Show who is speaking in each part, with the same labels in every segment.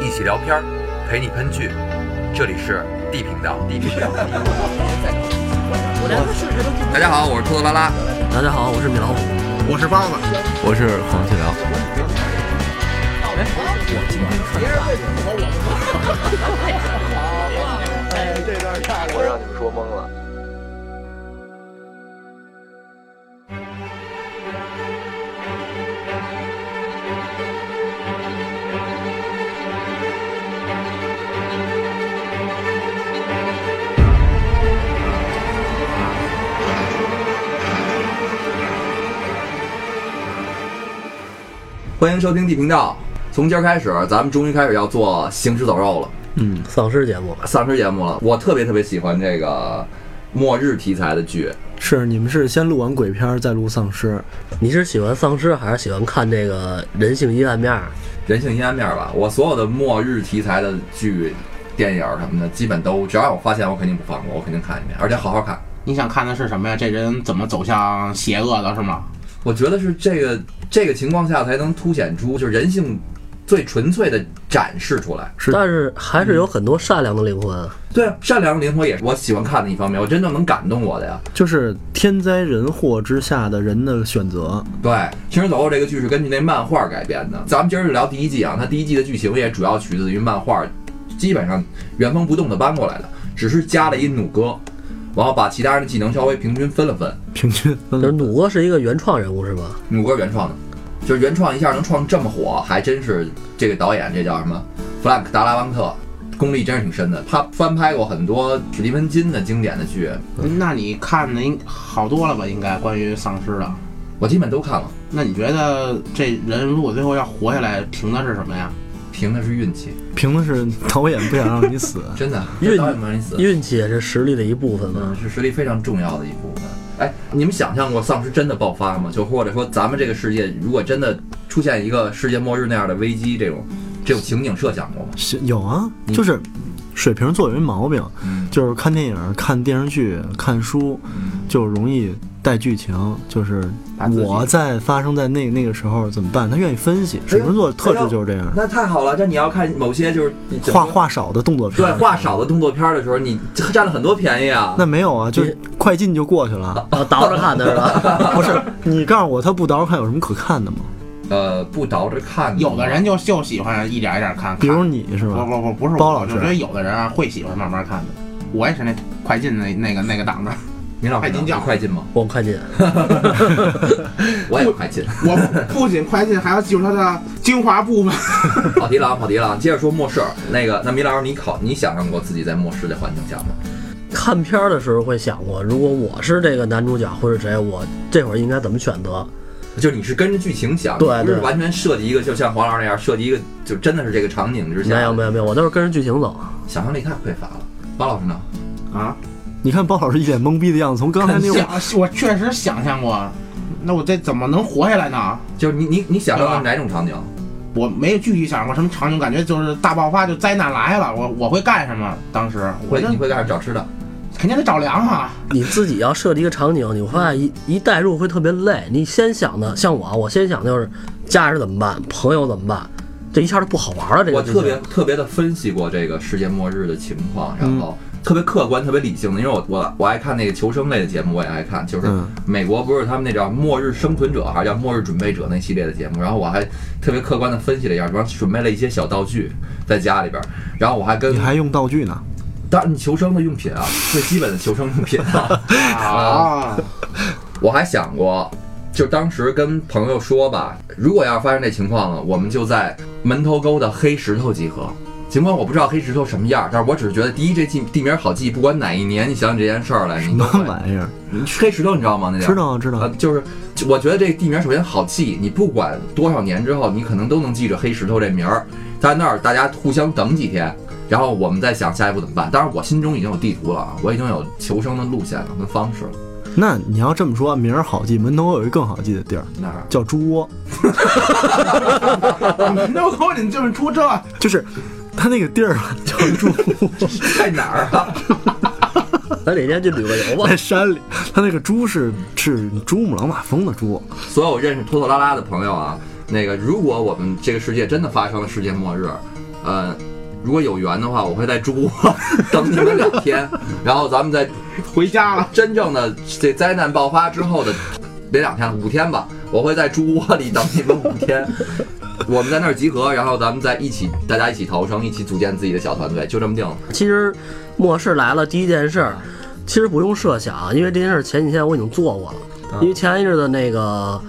Speaker 1: 一起聊片儿，陪你喷剧。这里是 D 频道，D 频道。大家好，我是兔子拉拉。
Speaker 2: 大家好，我是米老虎。
Speaker 3: 我是包子，
Speaker 4: 我是黄细辽。
Speaker 1: 我让你们说懵了。欢迎收听地频道。从今儿开始，咱们终于开始要做行尸走肉了。
Speaker 2: 嗯，丧尸节目
Speaker 1: 丧尸节目了，我特别特别喜欢这个末日题材的剧。
Speaker 3: 是你们是先录完鬼片儿再录丧尸，
Speaker 2: 你是喜欢丧尸还是喜欢看这个人性阴暗面儿？
Speaker 1: 人性阴暗面吧，我所有的末日题材的剧、电影什么的，基本都只要我发现，我肯定不放过，我肯定看一遍，而且好好看。
Speaker 5: 你想看的是什么呀？这人怎么走向邪恶的，是吗？
Speaker 1: 我觉得是这个这个情况下才能凸显出就是人性最纯粹的展示出来。
Speaker 3: 是
Speaker 2: 但是还是有很多善良的灵魂啊。
Speaker 1: 对啊，善良的灵魂也是我喜欢看的一方面，我真正能感动我的呀。
Speaker 3: 就是天灾人祸之下的人的选择。
Speaker 1: 对，《行尸走肉》这个剧是根据那漫画改编的。咱们今儿就聊第一季啊，它第一季的剧情也主要取自于漫画，基本上原封不动的搬过来的，只是加了一弩哥，然后把其他人的技能稍微平均分了分。
Speaker 3: 平均
Speaker 1: 嗯
Speaker 3: 嗯分
Speaker 2: 就是
Speaker 3: 了，
Speaker 2: 弩哥是一个原创人物是吧？
Speaker 1: 弩哥原创的，就是原创一下能创这么火，还真是这个导演这叫什么弗兰克·达拉邦特，功力真是挺深的。他翻拍过很多史蒂芬金的经典的剧，
Speaker 3: 嗯
Speaker 5: 那你看的应好多了吧？应该关于丧尸的。
Speaker 1: 我基本都看了，
Speaker 5: 那你觉得这人如果最后要活下来，凭的是什么呀？
Speaker 1: 凭的是运气，
Speaker 3: 凭的是导演不想让你 死。
Speaker 1: 真的
Speaker 2: 运
Speaker 1: 导演不让你死。
Speaker 2: 运气也是实力的一部分嘛。
Speaker 1: 嗯是实力非常重要的一部分。哎，你们想象过丧尸真的爆发吗？就或者说咱们这个世界如果真的出现一个世界末日那样的危机，这种这种情景设想过吗？
Speaker 3: 是有啊，
Speaker 2: 嗯
Speaker 3: 就是水瓶座有一毛病，
Speaker 1: 嗯，
Speaker 3: 就是看电影、看电视剧、看书，
Speaker 2: 嗯
Speaker 3: 就容易带剧情。就是
Speaker 1: 把自己
Speaker 3: 我在发生在那那个时候怎么办？他愿意分
Speaker 2: 哎
Speaker 3: 析。水瓶座特质就是这样。
Speaker 1: 那太好了，这你要看某些就是
Speaker 3: 话话少的动作片
Speaker 1: 对
Speaker 3: 儿，
Speaker 1: 话少的动作片的时候，你占了很多便宜啊。
Speaker 3: 那没有啊，就是快进就过去了。
Speaker 2: 啊，倒着看的是吧？
Speaker 3: 不是，你告诉我他不倒着看有什么可看的吗？
Speaker 1: 呃，不倒着看，
Speaker 5: 有的人就就喜欢一点一点看。看
Speaker 3: 比如你是
Speaker 5: 不
Speaker 3: 吧？
Speaker 5: 不不不是我，
Speaker 3: 包老师
Speaker 5: 我觉得有的人啊会喜欢慢慢看的。我也是那快进那那个那个档的，
Speaker 1: 你老
Speaker 5: 快进教
Speaker 1: 快进吗？
Speaker 2: 我看见
Speaker 1: 我也快进。
Speaker 5: 我不不仅快进，还要记住它的精华部分。
Speaker 1: 跑题了，啊，跑题了啊。接着说末世，那个，那米老师，你考你想象过自己在末世的环境下吗？
Speaker 2: 看片儿的时候会想过，如果我是这个男主角或者谁，我这会儿应该怎么选择？
Speaker 1: 就是你是跟着剧情想，
Speaker 2: 对
Speaker 1: 你不是
Speaker 2: 对
Speaker 1: 完全设计一个，就像黄老师那样设计一个，就真的是这个场景之下，
Speaker 2: 没有没有没有，我都是跟着剧情走。啊
Speaker 1: 想象力太匮乏了。包老师呢？
Speaker 5: 啊，
Speaker 3: 你看包老师一脸懵逼的样子，从刚才那会儿
Speaker 5: 想我确实想象过，那我这怎么能活下来呢？
Speaker 1: 就是你你你想象的
Speaker 5: 啊
Speaker 1: 是哪种场景？
Speaker 5: 我没有具体想过什么场景，感觉就是大爆发，就灾难来了，我我会干什么？当时我
Speaker 1: 会
Speaker 5: 就
Speaker 1: 你会干什么？找吃的？
Speaker 5: 肯定得找粮啊，
Speaker 2: 你自己要设计一个场景，你会发现一一代入会特别累。你先想的，像我啊，我先想就是家人怎么办，朋友怎么办，这一下就不好玩了。这个
Speaker 1: 我
Speaker 2: 剧
Speaker 1: 特别
Speaker 2: 情
Speaker 1: 特别的分析过这个世界末日的情况，然后
Speaker 3: 嗯
Speaker 1: 特别客观、特别理性的，因为我我我爱看那个求生类的节目，我也爱看，就是
Speaker 3: 嗯
Speaker 1: 美国不是他们那叫末日生存者还是叫末日准备者那系列的节目，然后我还特别客观的分析了一下，然后准备了一些小道具在家里边儿，然后我还跟
Speaker 3: 你还用道具呢？
Speaker 1: 当然，你求生的用品啊，最基本的求生用品啊。
Speaker 5: 啊，
Speaker 1: 我还想过，就当时跟朋友说吧，如果要是发生这情况啊了，我们就在门头沟的黑石头集合。尽管我不知道黑石头什么样，但是我只是觉得，第一，这地地名好记，不管哪一年，你想起这件事儿来，
Speaker 3: 什
Speaker 1: 你
Speaker 3: 么
Speaker 1: 都会。
Speaker 3: 玩意儿？
Speaker 1: 你黑石头你知道吗？那叫
Speaker 3: 知道啊知道
Speaker 1: 呃
Speaker 3: 啊，，
Speaker 1: 就是就我觉得这个地名首先好记，你不管多少年之后，你可能都能记着黑石头这名儿。在那儿大家互相等几天，然后我们再想下一步怎么办。当然，我心中已经有地图了啊，我已经有求生的路线了跟方式了。
Speaker 3: 那你要这么说，名儿好记，门头沟有一更好记的地儿
Speaker 1: 哪儿？
Speaker 3: 叫猪窝，
Speaker 5: 那我你这么出啊
Speaker 3: 就
Speaker 5: 这，
Speaker 3: 是他那个地儿吧叫猪窝，
Speaker 1: 在哪儿啊？
Speaker 2: 咱哪天去旅个游吧
Speaker 3: 在。山里，他那个猪是是珠穆朗玛峰的猪，
Speaker 1: 所有认识拖拖拉拉的朋友啊，那个如果我们这个世界真的发生了世界末日，呃，如果有缘的话，我会在中国等你们两天，然后咱们在
Speaker 5: 回家了。
Speaker 1: 真正的这灾难爆发之后的别两天五天吧，我会在猪窝里等你们五天。我们在那儿集合，然后咱们再一起，大家一起逃生，一起组建自己的小团队，就这么定了。
Speaker 2: 其实末世来了，第一件事儿
Speaker 5: 啊
Speaker 2: 其实不用设想，因为这件事儿前几天我已经做过
Speaker 5: 啊
Speaker 2: 了。因为前一阵子那个，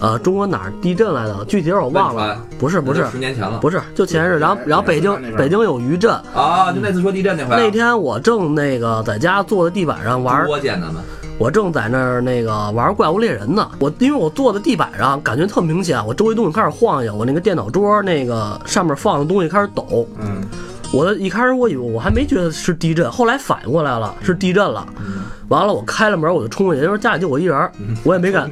Speaker 2: 呃，中国哪儿地震来的？具体我忘
Speaker 1: 汶
Speaker 2: 了
Speaker 1: 川，
Speaker 2: 不是不是
Speaker 1: 十年前了，
Speaker 2: 不是，就前一阵，然后然后北
Speaker 5: 汶川那
Speaker 2: 京
Speaker 5: 边
Speaker 2: 北京有余震，
Speaker 1: 啊，就那次说地震那回啊，
Speaker 2: 那天我正那个在家坐在地板上玩
Speaker 1: 猪窝见咱们，
Speaker 2: 我正在那儿那个玩怪物猎人呢，我因为我坐在地板上，感觉特明显，我周围东西开始晃悠，我那个电脑桌那个上面放的东西开始抖。
Speaker 5: 嗯，
Speaker 2: 我一开始我以为我还没觉得是地震，后来反应过来了是地震了。
Speaker 5: 嗯
Speaker 2: 完了，我开了门我就冲过去，因为家里就我一人儿，我也没敢，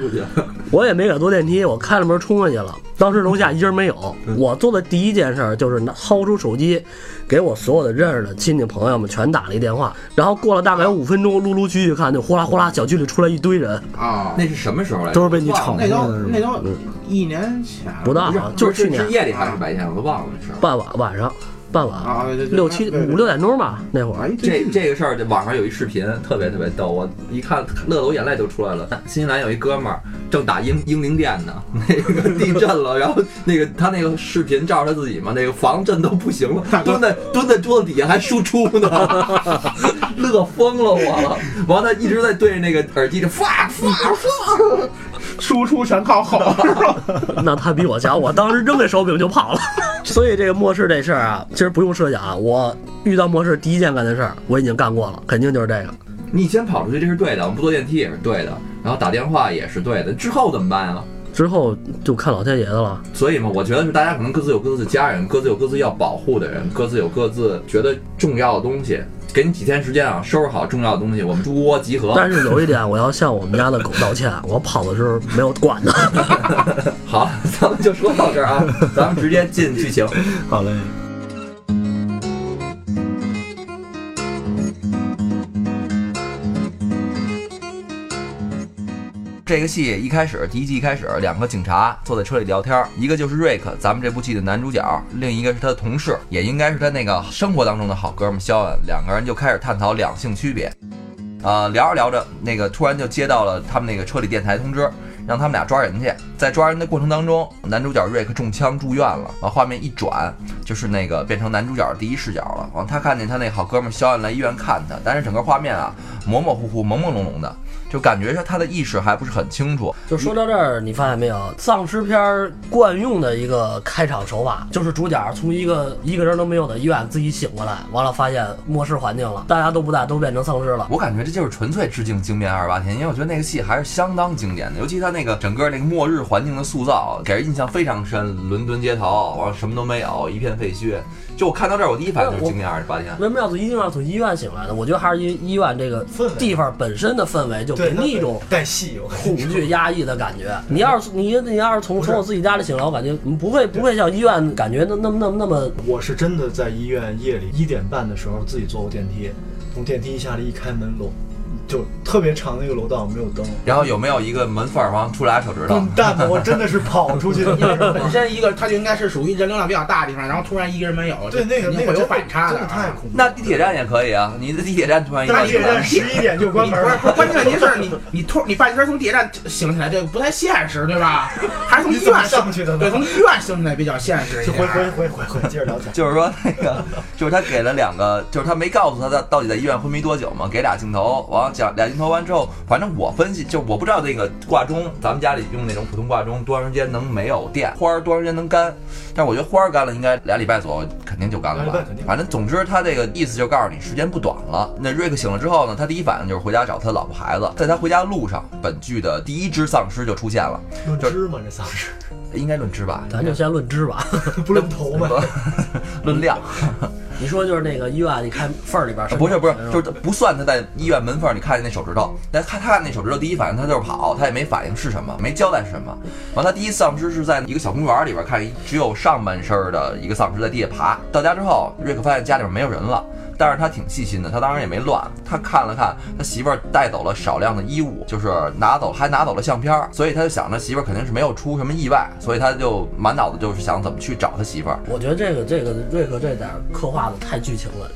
Speaker 2: 我也没敢坐电梯，我开了门冲过去了。当时楼下一人没有，
Speaker 5: 嗯
Speaker 2: 我做的第一件事儿就是拿掏出手机，给我所有的认识的亲戚朋友们全打了一电话。然后过了大概有五分钟，陆陆续续看，就呼啦呼啦，小区里出来一堆人，
Speaker 5: 啊，
Speaker 1: 那是什么时候来着？
Speaker 3: 都是被你
Speaker 1: 忘
Speaker 3: 吵
Speaker 1: 了
Speaker 5: 那
Speaker 3: 那
Speaker 5: 都
Speaker 3: 个是吧
Speaker 5: 那都一年前了
Speaker 2: 不到
Speaker 1: 不是
Speaker 2: 啊，
Speaker 1: 就
Speaker 2: 就是去年嗯
Speaker 1: 是夜里还是白天，我都忘了这事儿。
Speaker 2: 傍晚晚上，傍晚
Speaker 5: 啊，对对对
Speaker 2: 六七
Speaker 5: 对对对
Speaker 2: 五六点钟吧，那会儿
Speaker 5: 哎，
Speaker 1: 这
Speaker 5: 对
Speaker 1: 这个事儿，这网上有一视频，特别特别逗，我一看乐得我眼泪都出来了。新西兰有一哥们儿正打英英灵殿呢， 那个地震了，然后那个他那个视频照着他自己嘛，那个房震都不行了，蹲在蹲在桌子底下还输出 呢，乐疯了我了。完了，他一直在对着那个耳机里 fuck fuck fuck，
Speaker 5: 输出全靠吼，是吧？
Speaker 2: 那他比我强，我当时扔那手柄就跑了。 所以这个末世这事儿啊，其实不用设想啊，我遇到末世第一件干的事儿我已经干过了，肯定就是这个。
Speaker 1: 你先跑出去这是对的，我们不坐电梯也是对的，然后打电话也是对的，之后怎么办啊？
Speaker 2: 之后就看老天爷的了。
Speaker 1: 所以嘛，我觉得是大家可能各自有各自的家人，各自有各自要保护的人，各自有各自觉得重要的东西。给你几天时间啊，收拾好重要的东西，我们猪窝集合。
Speaker 2: 但是有一点，我要向我们家的狗道歉，我跑的时候没有管 它。
Speaker 1: 好，咱们就说到这儿啊，咱们直接进剧情。
Speaker 3: 好嘞，
Speaker 1: 这个戏一开始，第一季一开始，两个警察坐在车里聊天儿，一个就是瑞克，咱们这部剧的男主角，另一个是他的同事，也应该是他那个生活当中的好哥们肖恩。两个人就开始探讨两性区别。呃，聊着聊着，那个突然就接到了他们那个车里电台通知，让他们俩抓人去。在抓人的过程当中，男主角瑞克中枪住院了。完，画面一转，就是那个变成男主角的第一视角了。完，他看见他那好哥们肖恩来医院看他，但是整个画面啊，模模糊糊、朦朦胧胧的，就感觉他的意识还不是很清楚。
Speaker 2: 就说到这儿，你发现没有，丧尸片儿惯用的一个开场手法，就是主角从一个一个人都没有的医院自己醒过来，完了发现末世环境了，大家都不在，都变成丧尸了。
Speaker 1: 我感觉这就是纯粹致敬《惊变二十八天》，因为我觉得那个戏还是相当经典的，尤其他那个整个那个末日环境的塑造，给人印象非常深。伦敦街头，完了什么都没有，一片废墟。就我看到这儿，我第一反应就是《惊变二十八天》。
Speaker 2: 为什么要从一定要从医院醒来呢？我觉得还是因为医院这个
Speaker 6: 氛围
Speaker 2: 地方本身的氛围就给
Speaker 6: 对，
Speaker 2: 你一种
Speaker 6: 带戏，哦我
Speaker 2: 恐惧压抑的感觉。你要是你你要是从从我自己家里醒来，我感觉不会不会像医院感觉那那么那么那么
Speaker 6: 我是真的在医院夜里一点半的时候自己坐过电梯，从电梯一下来一开门楼，就特别长的一个楼道没有灯，
Speaker 1: 然后有没有一个门缝儿往出来手指头
Speaker 6: 滚？蛋吧！我真的是跑出去 的。
Speaker 5: 要是本身一个，它就应该是属于人流量比较大的地方，然后突然一个人没有，
Speaker 6: 对，那个
Speaker 5: 肯定会
Speaker 6: 那个
Speaker 5: 有
Speaker 6: 真的
Speaker 5: 反差
Speaker 6: 真的
Speaker 5: 啊
Speaker 6: 太恐怖了。
Speaker 1: 那地铁站也可以啊，你的地铁站突然一
Speaker 6: 大
Speaker 1: 个
Speaker 6: 铁站十一点就关
Speaker 5: 你
Speaker 6: 门
Speaker 5: 不是，不
Speaker 6: 了，
Speaker 5: 是关键问题是你你突你半截从地铁站醒起来，这个不太现实，对吧？还是从医
Speaker 6: 你怎么
Speaker 5: 院
Speaker 6: 上去的呢
Speaker 5: 对，从医院醒起来比较现实一
Speaker 6: 就
Speaker 5: 点。
Speaker 6: 回回回回回接着聊天。
Speaker 1: 就是说那个，就是他给了两个，就是他没告诉他他到底在医院昏迷多久嘛，给俩镜头，完了讲俩镜头完之后，反正我分析，就我不知道那个挂钟，咱们家里用那种普通挂钟多长时间能没有电，花儿多长时间能干，但是我觉得花儿干了应该俩礼拜左右肯定就干了
Speaker 6: 俩
Speaker 1: 吧
Speaker 6: 礼拜肯，定
Speaker 1: 反正总之他这个意思就告诉你时间不短了。那瑞克醒了之后呢，他第一反应就是回家找他老婆孩子，在他回家路上，本剧的第一只丧尸就出现了，
Speaker 6: 论芝麻这丧尸，
Speaker 1: 应该论只吧，
Speaker 2: 咱就先论 知吧。
Speaker 6: 不论头嘛，
Speaker 1: 论量。
Speaker 2: 你说就是那个医院，你看缝儿里边
Speaker 1: 啊不是不是，就是不算他在医院门缝里看见那手指头，但他他看那手指头，第一反应他就是跑，他也没反应是什么，没交代是什么。完，他第一丧尸是在一个小公园里边看，只有上半身的一个丧尸在地下爬。到家之后，瑞克发现家里面没有人了，但是他挺细心的，他当然也没乱，他看了看他媳妇儿带走了少量的衣物，就是拿走还拿走了相片儿，所以他就想着媳妇儿肯定是没有出什么意外，所以他就满脑子就是想怎么去找他媳妇儿。
Speaker 2: 我觉得这个这个瑞克这点儿刻画的太剧情了。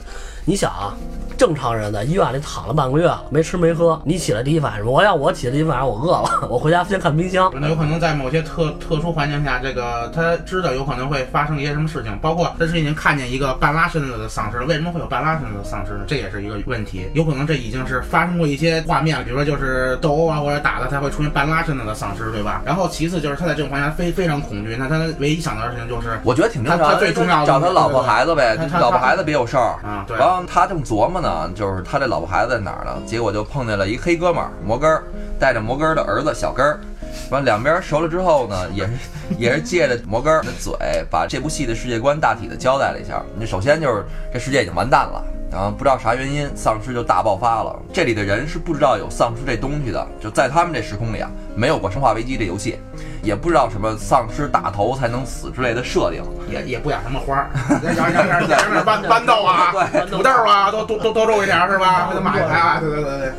Speaker 2: 你想啊，正常人在医院里躺了半个月了，没吃没喝，你起来第一反应是什么？我要我起来第一反应我饿了，我回家先看冰 箱。
Speaker 5: 那有可能在某些特特殊环境下，这个他知道有可能会发生一些什么事情，包括他之前看见一个半拉身子的丧尸，为什么会有半拉身子的丧尸呢？这也是一个问题。有可能这已经是发生过一些画面了，比如说就是斗殴啊或者打的才会出现半拉身子的丧尸，对吧？然后其次就是他在这种环境下非非常恐惧，那他唯一想到的事情就是
Speaker 1: 我觉得挺正常
Speaker 5: 他
Speaker 1: 的，
Speaker 5: 他最重要的
Speaker 1: 找他老婆孩子呗
Speaker 5: 他，他
Speaker 1: 老婆孩子别有事儿。
Speaker 5: 啊，对，
Speaker 1: 然后他正琢磨呢，就是他这老婆孩子在哪儿呢？结果就碰见了一黑哥们儿摩根儿，带着摩根儿的儿子小根儿。完两边熟了之后呢，也是也是借着摩根儿的嘴，把这部戏的世界观大体的交代了一下。那首先就是这世界已经完蛋了，然后不知道啥原因，丧尸就大爆发了。这里的人是不知道有丧尸这东西的，就在他们这时空里啊，没有过《生化危机》这游戏，也不知道什么丧尸打头才能死之类的设定。
Speaker 5: 也也不养什么花儿， 养养点养点豌豌豆啊、
Speaker 1: 对，
Speaker 5: 土豆啊，都都都都种一点儿是吧？买菜啊，对对对对。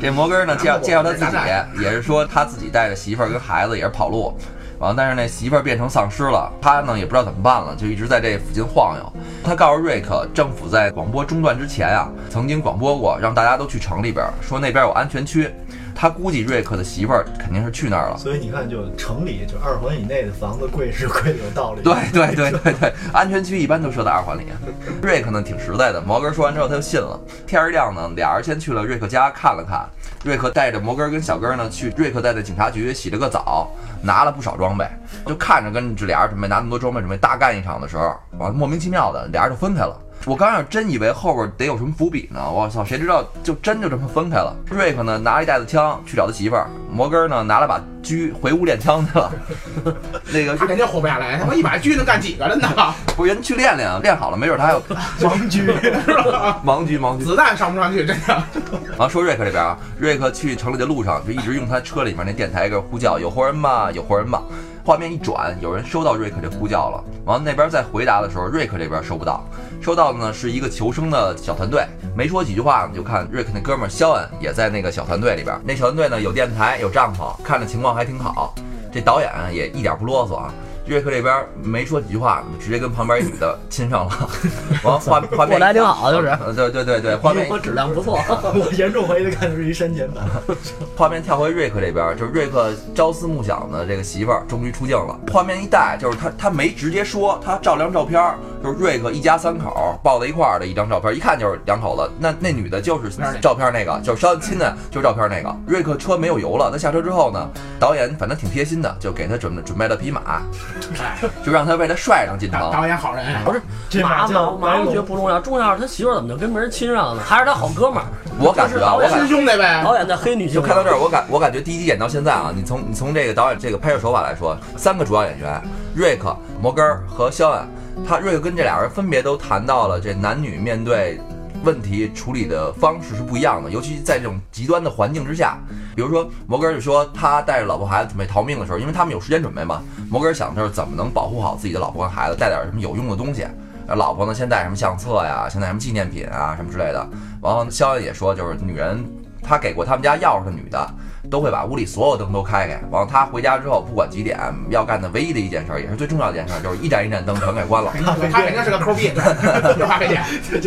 Speaker 1: 这摩根儿呢，介绍介绍他自
Speaker 5: 咱俩
Speaker 1: 己，也是说他自己带着媳妇儿跟孩子也是跑路，完了，但是那媳妇儿变成丧尸了，他呢也不知道怎么办了，就一直在这附近晃悠。他告诉瑞克，政府在广播中断之前啊，曾经广播过让大家都去城里边儿，说那边有安全区。他估计瑞克的媳妇儿肯定是去那儿了。
Speaker 6: 所以你看，就城里就二环以内的房子贵是贵的有道理。
Speaker 1: 对对对对对，安全区一般都设在二环里。啊瑞克呢挺实在的，摩根说完之后他就信了。天儿亮呢，俩人先去了瑞克家看了看。瑞克带着摩根跟小根呢去瑞克带的警察局洗了个澡，拿了不少装备，就看着跟这俩人准备拿那么多装备准备大干一场的时候，完了莫名其妙的俩人就分开了。我刚要真以为后边得有什么伏笔呢，我操，谁知道就真就这么分开了。瑞克呢拿了一袋子枪去找他媳妇儿，摩根呢拿了把狙回屋练枪去了。 那个
Speaker 5: 他肯定活不下来，他妈一把狙能干几个人呢？
Speaker 1: 不是人去练练，练好了没准他还有
Speaker 6: 王居，
Speaker 1: 盲狙盲狙。
Speaker 5: 子弹上不上去，真的。
Speaker 1: 然后说瑞克这边啊，瑞克去城里的路上就一直用他车里面那电台给呼叫，有活人吗？有活人吗？画面一转，有人收到瑞克这呼叫了。完了那边在回答的时候，瑞克这边收不到，收到的呢是一个求生的小团队。没说几句话呢，就看瑞克那哥们儿肖恩也在那个小团队里边。那小团队呢有电台有帐篷，看着情况还挺好。这导演啊也一点不啰嗦啊。瑞克这边没说几句话，直接跟旁边一女的亲上了。 完了画画面一
Speaker 2: 过来挺好就是
Speaker 6: 啊
Speaker 1: 呃对对对对，画面一
Speaker 2: 我质量不错，
Speaker 6: 我严重怀疑他看的是一删减版。
Speaker 1: 画面跳回瑞克这边，就是瑞克朝思暮想的这个媳妇儿终于出镜了。画面一带，就是他他没直接说，他照张照片儿，就是瑞克一家三口抱在一块儿的一张照片，一看就是两口子。那那女的就是照片那个，就是稍微亲的，就是照片那个。瑞克车没有油了，他下车之后呢，导演反正挺贴心的，就给他准备准备了匹马，
Speaker 5: 哎，
Speaker 1: 就让他为他帅上进
Speaker 5: 导
Speaker 1: 城。
Speaker 5: 导演好人，
Speaker 1: 嗯
Speaker 5: 啊
Speaker 2: 不是
Speaker 6: 这
Speaker 2: 麻
Speaker 6: 马
Speaker 2: 烦，
Speaker 6: 叫
Speaker 2: 麻
Speaker 6: 白
Speaker 2: 烦觉得
Speaker 6: 龙，
Speaker 2: 不重要，重要是他媳妇儿怎么就跟别人亲上了呢？还是他好哥们儿？
Speaker 1: 我感觉啊，我感
Speaker 5: 亲兄弟
Speaker 6: 哎
Speaker 5: 呗。
Speaker 2: 导演在黑女性
Speaker 1: 就看到这儿，我感我感觉第一演到现在啊，你从你从这个导演这个拍摄手法来说，三个主要演员瑞克、摩根儿和肖恩，他瑞克跟这俩人分别都谈到了这男女面对问题处理的方式是不一样的，尤其在这种极端的环境之下，比如说摩根儿就说他带着老婆孩子准备逃命的时候，因为他们有时间准备嘛，摩根儿想就是怎么能保护好自己的老婆跟孩子，带点什么有用的东西。呃老婆呢，先带什么相册呀，先带什么纪念品啊，什么之类的。然后肖恩也说，就是女人，她给过他们家钥匙的女的，都会把屋里所有灯都开开。完了，她回家之后，不管几点，要干的唯一的一件事儿，也是最重要的一件事儿，就是一盏一盏灯全给 关了。
Speaker 5: 他肯定是个抠逼，这话 费点，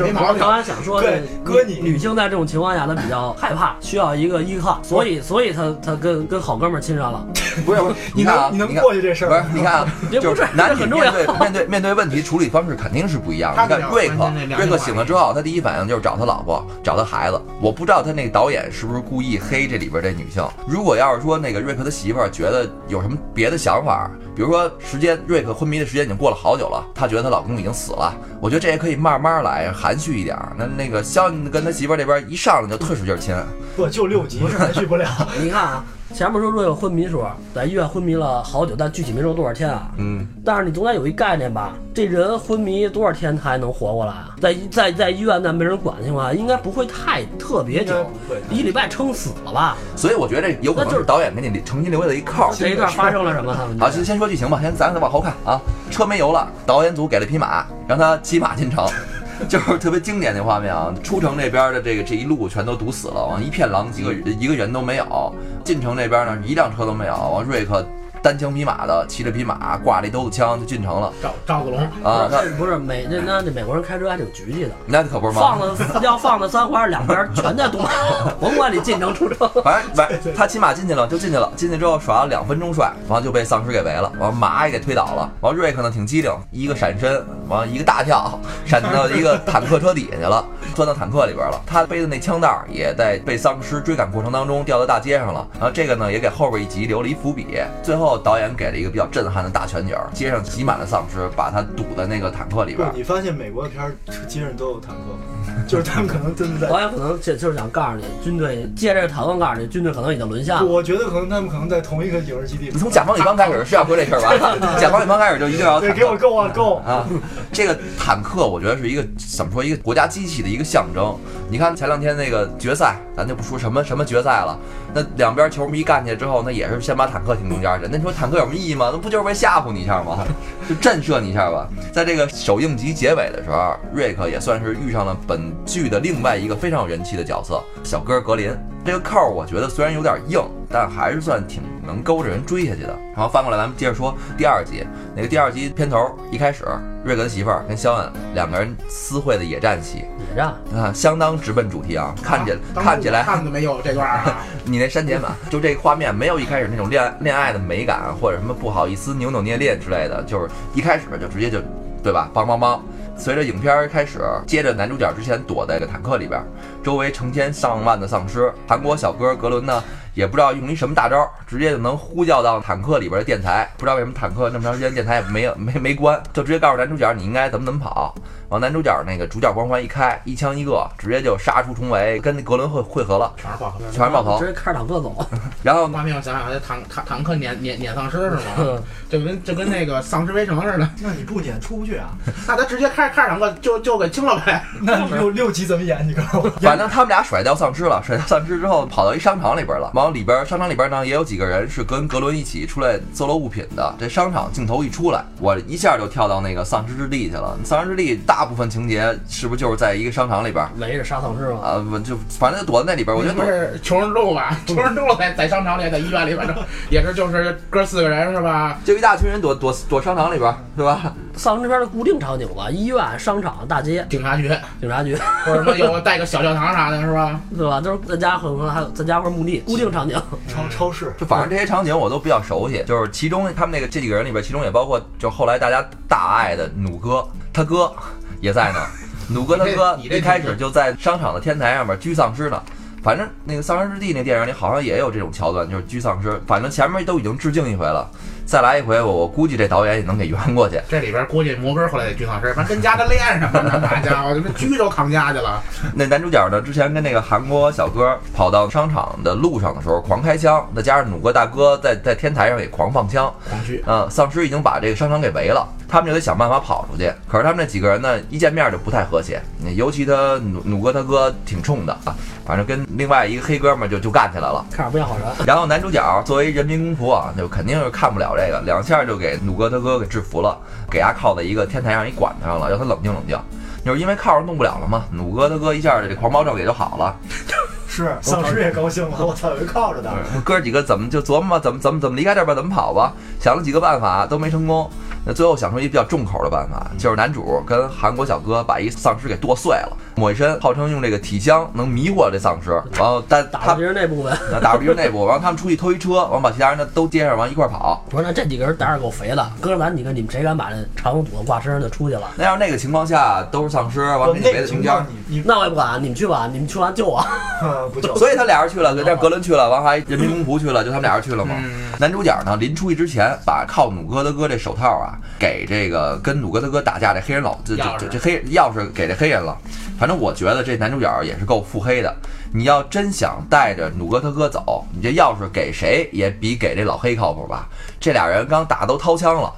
Speaker 5: 没毛病。
Speaker 2: 刚才想说，
Speaker 6: 对
Speaker 2: 女
Speaker 6: 哥你
Speaker 2: 女性在这种情况下，她比较害怕，需要一个依靠，所以所以她她跟跟好哥们儿亲上了。
Speaker 1: 不是不是，
Speaker 6: 你
Speaker 1: 看
Speaker 6: 能
Speaker 1: 啊，
Speaker 6: 你能
Speaker 1: 看
Speaker 6: 过去这事
Speaker 1: 不是
Speaker 6: 儿？，
Speaker 1: 你看啊，
Speaker 2: 也不
Speaker 1: 就是是男女
Speaker 2: 很重
Speaker 1: 面
Speaker 2: 要
Speaker 1: 对面对面对问题处理方式肯定是不一样的。
Speaker 5: 他
Speaker 1: 你看
Speaker 5: 们俩
Speaker 1: 瑞
Speaker 5: 完
Speaker 1: 克
Speaker 5: 全那，两
Speaker 1: 瑞克
Speaker 5: 种玩
Speaker 1: 醒了之后，他第一反应就是找他老婆，找他孩子。我不知道他那个导演是不是故意黑这里边这女性。如果要是说那个瑞克他媳妇儿觉得有什么别的想法，比如说时间瑞克昏迷的时间已经过了好久了，她觉得她老公已经死了，我觉得这也可以慢慢来，含蓄一点儿。那那个肖恩跟他媳妇儿这边一上来就特使劲儿亲，
Speaker 6: 不就六集，延续不了。
Speaker 2: 你看啊，前面说若有昏迷的时候，在医院昏迷了好久，但具体没说多少天啊。
Speaker 1: 嗯，
Speaker 2: 但是你总得有一概念吧？这人昏迷多少天他还能活过来啊？在在在医院在没人管的情况下，应该不会太特别久
Speaker 6: 应该不会，
Speaker 2: 一礼拜撑死了吧？
Speaker 1: 所以我觉得这有可
Speaker 2: 那
Speaker 1: 能
Speaker 2: 就是
Speaker 1: 是导演给你重新留下的一扣儿。
Speaker 2: 这一段发生了什么？他们
Speaker 1: 好，先啊先说剧情吧，先咱往后看啊。车没油了，导演组给了匹马，让他骑马进城。 就是特别经典那画面啊。出城这边的这个这一路全都堵死了，完一片狼藉，一个人一个人都没有。进城这边呢，一辆车都没有。完瑞克单枪匹马的骑着匹马，挂着一兜子枪就进城了
Speaker 5: 赵赵子龙，
Speaker 1: 啊。那
Speaker 2: 不是美那那那美国人开车还挺局气的，
Speaker 1: 那可不是
Speaker 2: 放
Speaker 1: 吗？
Speaker 2: 了要放了三花，两边全在堵，甭管你进城出城。
Speaker 1: 反正反正他骑马进去了，就进去了。进去之后耍了两分钟帅，完就被丧尸给围了，完马也给推倒了。完瑞克呢挺机灵，一个闪身，完一个大跳，闪到一个坦克车底下去了，钻到坦克里边了。他背的那枪袋儿也在被丧尸追赶过程当中掉到大街上了。然后这个呢也给后边一集留了一伏笔。最后导演给了一个比较震撼的大全景儿，街上挤满了丧尸，把他堵在那个坦克里
Speaker 6: 不
Speaker 1: 边
Speaker 6: 是，。你发现美国的片儿街上都有坦克吗？就是他们可能真的在
Speaker 2: 导演可能这就是想告诉你，军队借这个坦克告诉你，军队可能已经沦陷了。
Speaker 6: 我觉得可能他们可能在同一个影视基地。
Speaker 1: 从甲方乙方开始是要说这事儿吧？甲方乙方开始就一定要
Speaker 6: 对，
Speaker 1: 坦
Speaker 6: 给
Speaker 1: 克
Speaker 6: 我够啊够！
Speaker 1: 啊， 这个坦克我觉得是一个怎么说，一个国家机器的一个象征。你看前两天那个决赛，咱就不说什么什么决赛了，那两边球迷干起来之后，那也是先把坦克停中间去。那你说坦克有什么意义吗？那不就是为吓唬你一下吗？就震慑你一下吧。在这个首映集结尾的时候，瑞克也算是遇上了本剧的另外一个非常有人气的角色——小哥格林。这个扣儿我觉得虽然有点硬，但还是算挺能勾着人追下去的。然后翻过来，咱们接着说第二集。那个第二集片头一开始，瑞克的媳妇儿跟肖恩两个人私会的野战戏，
Speaker 2: 野战，
Speaker 1: 啊，相当直奔主题啊， 看起来
Speaker 5: 当
Speaker 1: 看起来
Speaker 5: 看都没有这 段啊，
Speaker 1: 你那删减版，就这个画面没有一开始那种恋爱恋爱的美感，或者什么不好意思扭扭捏捏之类的，就是一开始就直接就，对吧？梆梆梆。随着影片开始，接着男主角之前躲在这个坦克里边，周围成千上万的丧尸。韩国小哥格伦呢，也不知道用一什么大招，直接就能呼叫到坦克里边的电台。不知道为什么坦克那么长时间电台也没有没没关，就直接告诉男主角你应该怎么怎么跑。完，男主角那个主角光环一开，一枪一个，直接就杀出重围，跟格伦会会合了，
Speaker 5: 全是爆头。
Speaker 1: 全是爆头
Speaker 2: 直。接开着坦克走。
Speaker 1: 然后
Speaker 5: 画面我想想，这坦坦坦克撵撵撵丧尸是
Speaker 1: 嗯
Speaker 5: 吗？就跟就跟那个丧尸围城似的，
Speaker 6: 那你不演出不去啊？
Speaker 5: 那他直接开着开着坦克就就给清了呗。
Speaker 6: 那你六六集怎么演？你告诉我。
Speaker 1: 反正他们俩甩掉丧尸了，甩掉丧尸之后跑到一商场里边了。往里边商场里边呢，也有几个人是跟格伦一起出来搜罗物品的。这商场镜头一出来，我一下就跳到那个丧尸之地去了。丧尸之地大部分情节是不是就是在一个商场里边？
Speaker 2: 围着杀丧尸嘛，
Speaker 1: 啊，我就反正就躲在那里边，我觉得
Speaker 5: 不
Speaker 1: 躲
Speaker 5: 是穷人 路吧？穷人路在在商场里，在医院里，反正也是就是哥四个人是吧？
Speaker 1: 就一大群人躲躲躲商场里边，是吧？
Speaker 2: 丧尸片的固定场景吧，医院、商场、大街、
Speaker 5: 警察局
Speaker 2: 警察局，
Speaker 5: 或者什么有带个小教堂啥的，是吧？
Speaker 2: 对吧？都是在家可能还有在家或者墓地，固定场景。
Speaker 6: 超超市，
Speaker 1: 就反正这些场景我都比较熟悉，就是其中他们那个这几个人里边，其中也包括就后来大家大爱的弩哥，他哥也在呢。弩哥他哥
Speaker 5: 你这你这
Speaker 1: 一开始就在商场的天台上面狙丧尸呢。反正那个《丧尸之地》那电影里好像也有这种桥段，就是狙丧尸。反正前面都已经致敬一回了，再来一回我我估计这导演也能给圆过去。
Speaker 5: 这里边估计摩根后来得锯丧尸，反正跟家的练上了，那家伙他妈狙都扛家去了。
Speaker 1: 那男主角呢，之前跟那个韩国小哥跑到商场的路上的时候狂开枪，再加上弩哥大哥在在天台上也狂放枪，
Speaker 5: 狂狙，
Speaker 1: 嗯，丧尸已经把这个商场给围了，他们就得想办法跑出去。可是他们这几个人呢，一见面就不太和谐，尤其他弩弩哥他哥挺冲的啊，反正跟另外一个黑哥们儿就就干起来了。
Speaker 2: 看着不像好人，
Speaker 1: 然后男主角作为人民公仆啊，就肯定是看不了这个，两下就给弩哥他哥给制服了，给他铐在一个天台上一管子上了，让他冷静冷静。就是因为铐上动不了了嘛，弩哥他哥一下这狂暴症也就好了。
Speaker 6: 是丧尸也高兴了，我操，有人靠着的。
Speaker 1: 哥几个怎么就琢磨怎么怎么怎么离开这儿吧，怎么跑吧，想了几个办法都没成功。那最后想出一比较重口的办法，就是男主跟韩国小哥把一丧尸给剁碎了，抹一身，号称用这个体香能迷惑这丧尸，然后但
Speaker 2: 打到
Speaker 1: 他
Speaker 2: 敌人那部分。
Speaker 1: 打入敌人内部，然后他们出去偷一车，完把其他人的都接上，完一块儿跑。
Speaker 2: 我说那这几个人胆儿够肥的，哥咱几个你们谁敢把这长筒挂身上就出去了？
Speaker 1: 那要是那个情况下都是丧尸，完
Speaker 6: 不
Speaker 1: 给你
Speaker 6: 哦
Speaker 1: 围
Speaker 6: 那个
Speaker 1: 在中
Speaker 6: 情
Speaker 1: 间
Speaker 6: 况。你 你
Speaker 2: 那我也不敢，你们去吧，你们去完救我。
Speaker 6: 啊不就
Speaker 1: 所以他俩人去了，让格伦去了，完还人民公仆去了，就他们俩人去了嘛。
Speaker 5: 嗯，
Speaker 1: 男主角呢，临出去之前，把靠努哥他哥这手套啊，给这个跟努哥他哥打架这黑人老这这
Speaker 5: 钥匙
Speaker 1: 这这黑钥匙给这黑人了。反正我觉得这男主角也是够腹黑的。你要真想带着努哥他哥走，你这钥匙给谁也比给这老黑靠谱吧？这俩人刚打都掏枪了。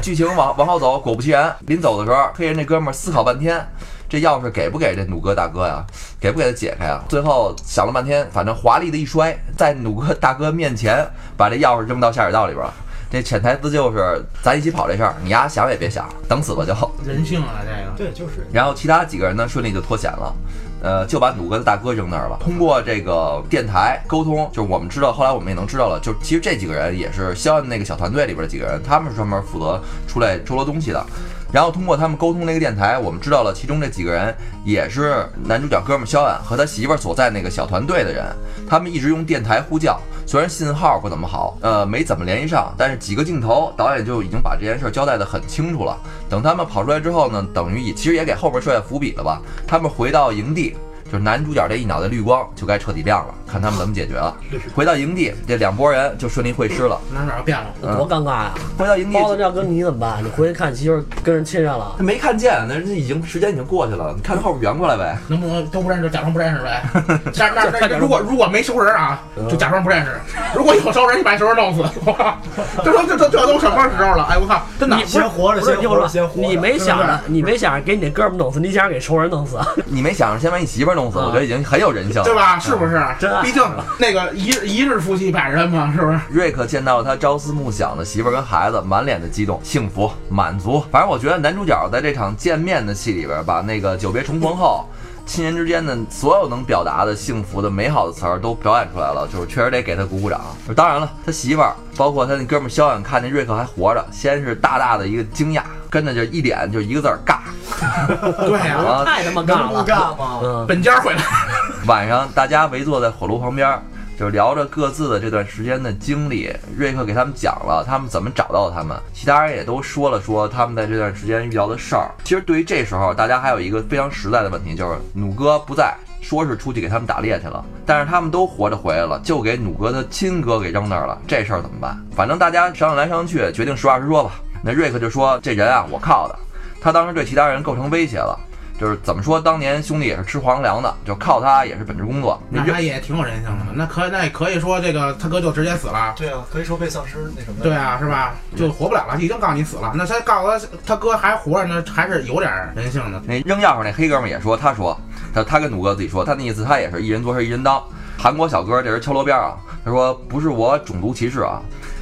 Speaker 1: 剧情往往后走，果不其然，临走的时候，黑人这哥们儿思考半天，这钥匙给不给这弩哥大哥呀？给不给他解开啊？最后想了半天，反正华丽的一摔，在弩哥大哥面前把这钥匙扔到下水道里边儿。这潜台词就是咱一起跑这事儿，你丫想也别想，等死吧就。
Speaker 5: 人性啊，这个。
Speaker 6: 对，就是
Speaker 1: 然后其他几个人呢顺利就脱险了，呃，就把努哥的大哥扔那儿了。通过这个电台沟通，就是我们知道，后来我们也能知道了，就其实这几个人也是肖恩那个小团队里边的几个人，他们是专门负责出来抽罗东西的。然后通过他们沟通那个电台，我们知道了其中这几个人也是男主角哥们肖恩和他媳妇儿所在那个小团队的人，他们一直用电台呼叫，虽然信号不怎么好，呃，没怎么联系上，但是几个镜头导演就已经把这件事儿交代得很清楚了。等他们跑出来之后呢，等于也其实也给后边设下伏笔了吧？他们回到营地，就是男主角这一脑袋绿光就该彻底亮了，看他们怎么解决了。回到营地，这两拨人就顺利会师了。
Speaker 5: 男主角变 了，
Speaker 2: 多尴尬呀！
Speaker 1: 回到营地，
Speaker 2: 包子要跟你怎么办？你回去看媳妇儿跟人亲上了，
Speaker 1: 没看见，哦那人家已经时间已经过去了，你看后边圆过来呗。
Speaker 5: 能不能都不认识就假装不认识呗？ 但是但是但是如果如果没熟人啊，
Speaker 1: 嗯
Speaker 5: 就假装不认识；如果有熟人，你把熟人弄死。 哇这都这都这都什么时候了？哎，我靠，真的
Speaker 2: 你不是
Speaker 6: 先活着，
Speaker 2: 不是
Speaker 6: 先
Speaker 2: 你听
Speaker 6: 活
Speaker 2: 我说
Speaker 6: 着，先，活着。
Speaker 2: 你没想着，你没想着给你那哥们儿弄死，你想着给仇人弄死，
Speaker 1: 你没想着先把你媳妇儿弄死，我觉得已经很有人 性了，
Speaker 5: 对吧？是不是？
Speaker 2: 真爱
Speaker 5: 毕竟那个一日一日夫妻百日恩嘛，是不是？
Speaker 1: 瑞克见到了他朝思暮想的媳妇儿跟孩子，满脸的激动、幸福、满足。反正我觉得男主角在这场见面的戏里边，把那个久别重逢后，亲人之间的所有能表达的幸福的、美好的词儿都表演出来了，就是确实得给他鼓鼓掌。当然了，他媳妇儿，包括他那哥们儿肖远，看见瑞克还活着，先是大大的一个惊讶，跟着就一脸就一个字儿尬。
Speaker 5: 对 呀、
Speaker 1: 然后
Speaker 2: 太他妈尬了。
Speaker 6: 干嘛？
Speaker 2: 嗯，
Speaker 5: 本家回来，
Speaker 1: 晚上大家围坐在火炉旁边儿，就聊着各自的这段时间的经历。瑞克给他们讲了他们怎么找到他们，其他人也都说了说他们在这段时间遇到的事儿。其实对于这时候，大家还有一个非常实在的问题，就是努哥不在。说是出去给他们打猎去了，但是他们都活着回来了，就给努哥他亲哥给扔那儿了，这事儿怎么办？反正大家商量来商量去，决定实话实说吧。那瑞克就说：“这人啊，我靠的，他当时对其他人构成威胁了，就是怎么说，当年兄弟也是吃皇粮的，就靠他也是本职工作。
Speaker 5: 那
Speaker 1: 那
Speaker 5: 他也挺有人性的。那可那也可以说这个他哥就直接死了。
Speaker 6: 对啊，可以说被丧尸那什么。
Speaker 5: 对，啊，是吧？就活不了了，已经告诉你死了。那他告诉他他哥还活着呢，还是有点人性的。
Speaker 1: 那扔钥匙那黑哥们儿也说，他说他他跟努哥自己说，他那意思他也是一人做事一人当。韩国小哥这人敲锣边儿啊，他说不是我种族歧视啊，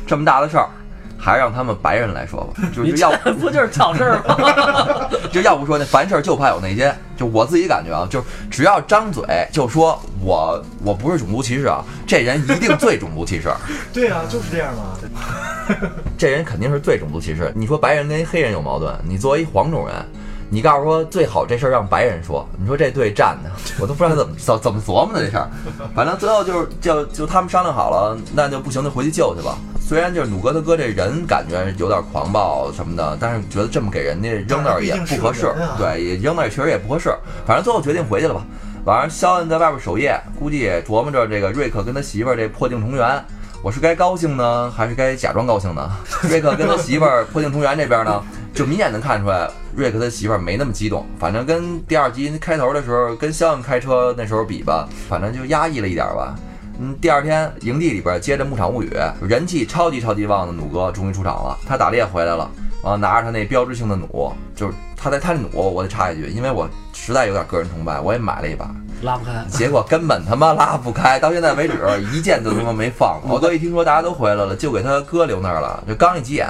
Speaker 1: 这么大的事儿，还是让他们白人来说吧，就是要
Speaker 2: 不就是挑事儿吗？
Speaker 1: 就要不说那凡事儿就怕有那些，就我自己感觉啊，就是只要张嘴就说我我不是种族歧视啊，这人一定最种族歧视，
Speaker 6: 对啊，就是这样嘛。
Speaker 1: 这人肯定是最种族歧视。你说白人跟黑人有矛盾，你作为一黄种人，你告诉说最好这事儿让白人说，你说这对站的，我都不知道怎么怎怎么琢磨的这事儿。反正最后就是就就他们商量好了，那就不行就回去救去吧。虽然就是努哥他哥这人感觉有点狂暴什么的，但是觉得这么给人家扔那儿也不合适，
Speaker 6: 毕竟是个人啊
Speaker 1: 对，也扔那儿也确实也不合适。反正最后决定回去了吧。晚上肖恩在外边守夜，估计也琢磨着这个瑞克跟他媳妇儿这破镜重圆。我是该高兴呢，还是该假装高兴呢？瑞克跟他媳妇儿破镜重圆这边呢，就明显能看出来，瑞克他媳妇儿没那么激动。反正跟第二集开头的时候，跟肖恩开车那时候比吧，反正就压抑了一点吧。嗯，第二天营地里边接着牧场物语，人气超级超级旺的弩哥终于出场了，他打猎回来了，然后拿着他那标志性的弩，就是他在他的弩，我得插一句，因为我实在有点个人崇拜，我也买了一把，
Speaker 2: 拉不开，
Speaker 1: 结果根本他妈拉不开，到现在为止一件都他妈没放过。我哥一听说大家都回来了，就给他哥留那儿了，就刚一急眼。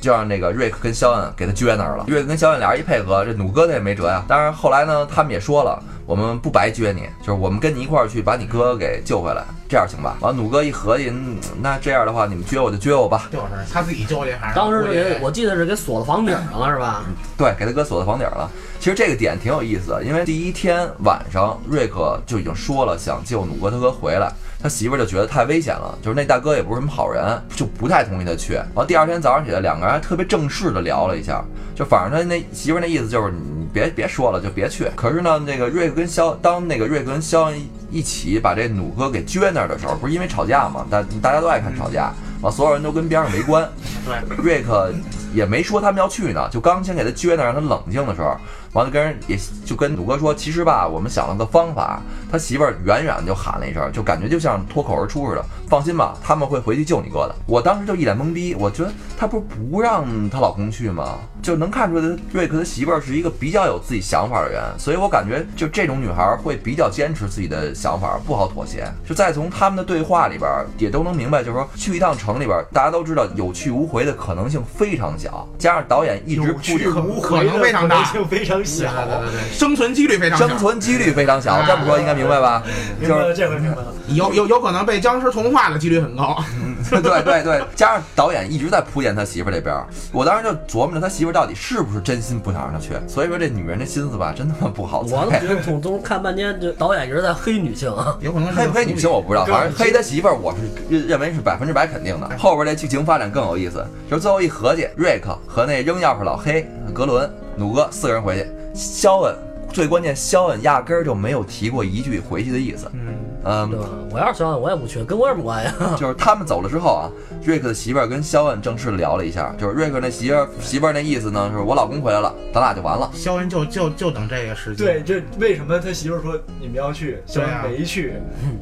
Speaker 1: 就让那个瑞克跟肖恩给他撅那儿了。瑞克跟肖恩俩人一配合，这弩哥他也没辙呀。当然后来呢，他们也说了，我们不白撅你，就是我们跟你一块儿去把你哥给救回来，这样行吧？完，弩哥一合计，嗯那这样的话，你们撅我就撅我吧。
Speaker 5: 就是他自己纠结，还是
Speaker 2: 当时就
Speaker 5: 也
Speaker 2: 给我记得是给锁到房顶上了，是吧？
Speaker 1: 对，给他哥锁在房顶了。其实这个点挺有意思的，啊因为第一天晚上瑞克就已经说了想救努哥他哥回来，他媳妇儿就觉得太危险了，就是那大哥也不是什么好人，就不太同意他去。然后第二天早上起来，两个人还特别正式的聊了一下，就反正他那媳妇儿那意思就是你别别说了，就别去。可是呢，那个瑞克跟肖当那个瑞克跟肖恩一起把这努哥给撅那儿的时候，不是因为吵架嘛，大大家都爱看吵架，完所有人都跟边上围观。
Speaker 5: 对
Speaker 1: 瑞克也没说他们要去呢，就刚先给他撅那儿让他冷静的时候，完了跟人也就跟鲁哥说，其实吧，我们想了个方法。他媳妇儿远远就喊了一声，就感觉就像脱口而出似的，放心吧，他们会回去救你哥的。我当时就一脸懵逼，我觉得她不是不让她老公去吗？就能看出来，瑞克他媳妇儿是一个比较有自己想法的人，所以我感觉就这种女孩儿会比较坚持自己的想法，不好妥协。就再从他们的对话里边儿也都能明白，就是说去一趟城里边儿，大家都知道有去无回的可能性非常小，加上导演一直
Speaker 6: 有
Speaker 1: 布
Speaker 6: 去
Speaker 1: 置。
Speaker 6: 无
Speaker 5: 可
Speaker 6: 回
Speaker 5: 能
Speaker 6: 的
Speaker 5: 非常大
Speaker 6: 可能性非常小。
Speaker 5: 对对对，生存几率非常小，嗯
Speaker 1: 生存几率非常小，这么说应该明白吧？
Speaker 6: 明
Speaker 1: 就
Speaker 6: 白
Speaker 1: 是
Speaker 6: 了，这回明白了。
Speaker 5: 有有有可能被僵尸同化的几率很高。
Speaker 1: 对对对，加上导演一直在铺垫他媳妇儿这边儿，我当时就琢磨着他媳妇儿到底是不是真心不想让他去。所以说这女人的心思吧，真他妈不好
Speaker 2: 我
Speaker 1: 猜
Speaker 2: 怎。么觉得从中看半天，这导演一直在黑女性 啊？
Speaker 5: 有可能是
Speaker 1: 黑不黑女性我不知道，反正黑他媳妇儿我是认认为是百分之百肯定的。后边这剧情发展更有意思，就是最后一合计，瑞克和那扔钥匙老黑、格伦、努哥四个人回去，肖恩最关键，肖恩压根儿就没有提过一句回去的意思。
Speaker 5: 嗯，
Speaker 1: 嗯
Speaker 2: 对，吧？我要是想想，我也不去，跟我有什么关系 啊？
Speaker 1: 就是他们走了之后啊，瑞克的媳妇儿跟肖恩正式聊了一下，就是瑞克那媳妇儿媳妇儿那意思呢，就是我老公回来了，咱俩就完了。
Speaker 5: 肖恩就就就等这个时机。
Speaker 6: 对，，这为什么他媳妇儿说你们要去，小
Speaker 5: 对啊
Speaker 6: 恩没去，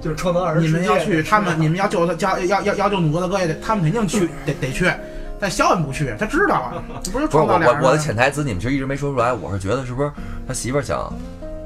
Speaker 6: 就是创造二人
Speaker 5: 你
Speaker 6: 世界
Speaker 5: 们要去，他们你
Speaker 6: 们
Speaker 5: 们要救他，要要要要救努哥的哥也得，他们肯定 去，得得去。但肖恩不去，他知道啊，这不是
Speaker 1: 不是
Speaker 5: 创
Speaker 1: 我
Speaker 5: 造俩
Speaker 1: 我
Speaker 5: 人
Speaker 1: 我的
Speaker 5: 吗
Speaker 1: 潜台词你们其实一直没说出来，我是觉得是不是他媳妇儿想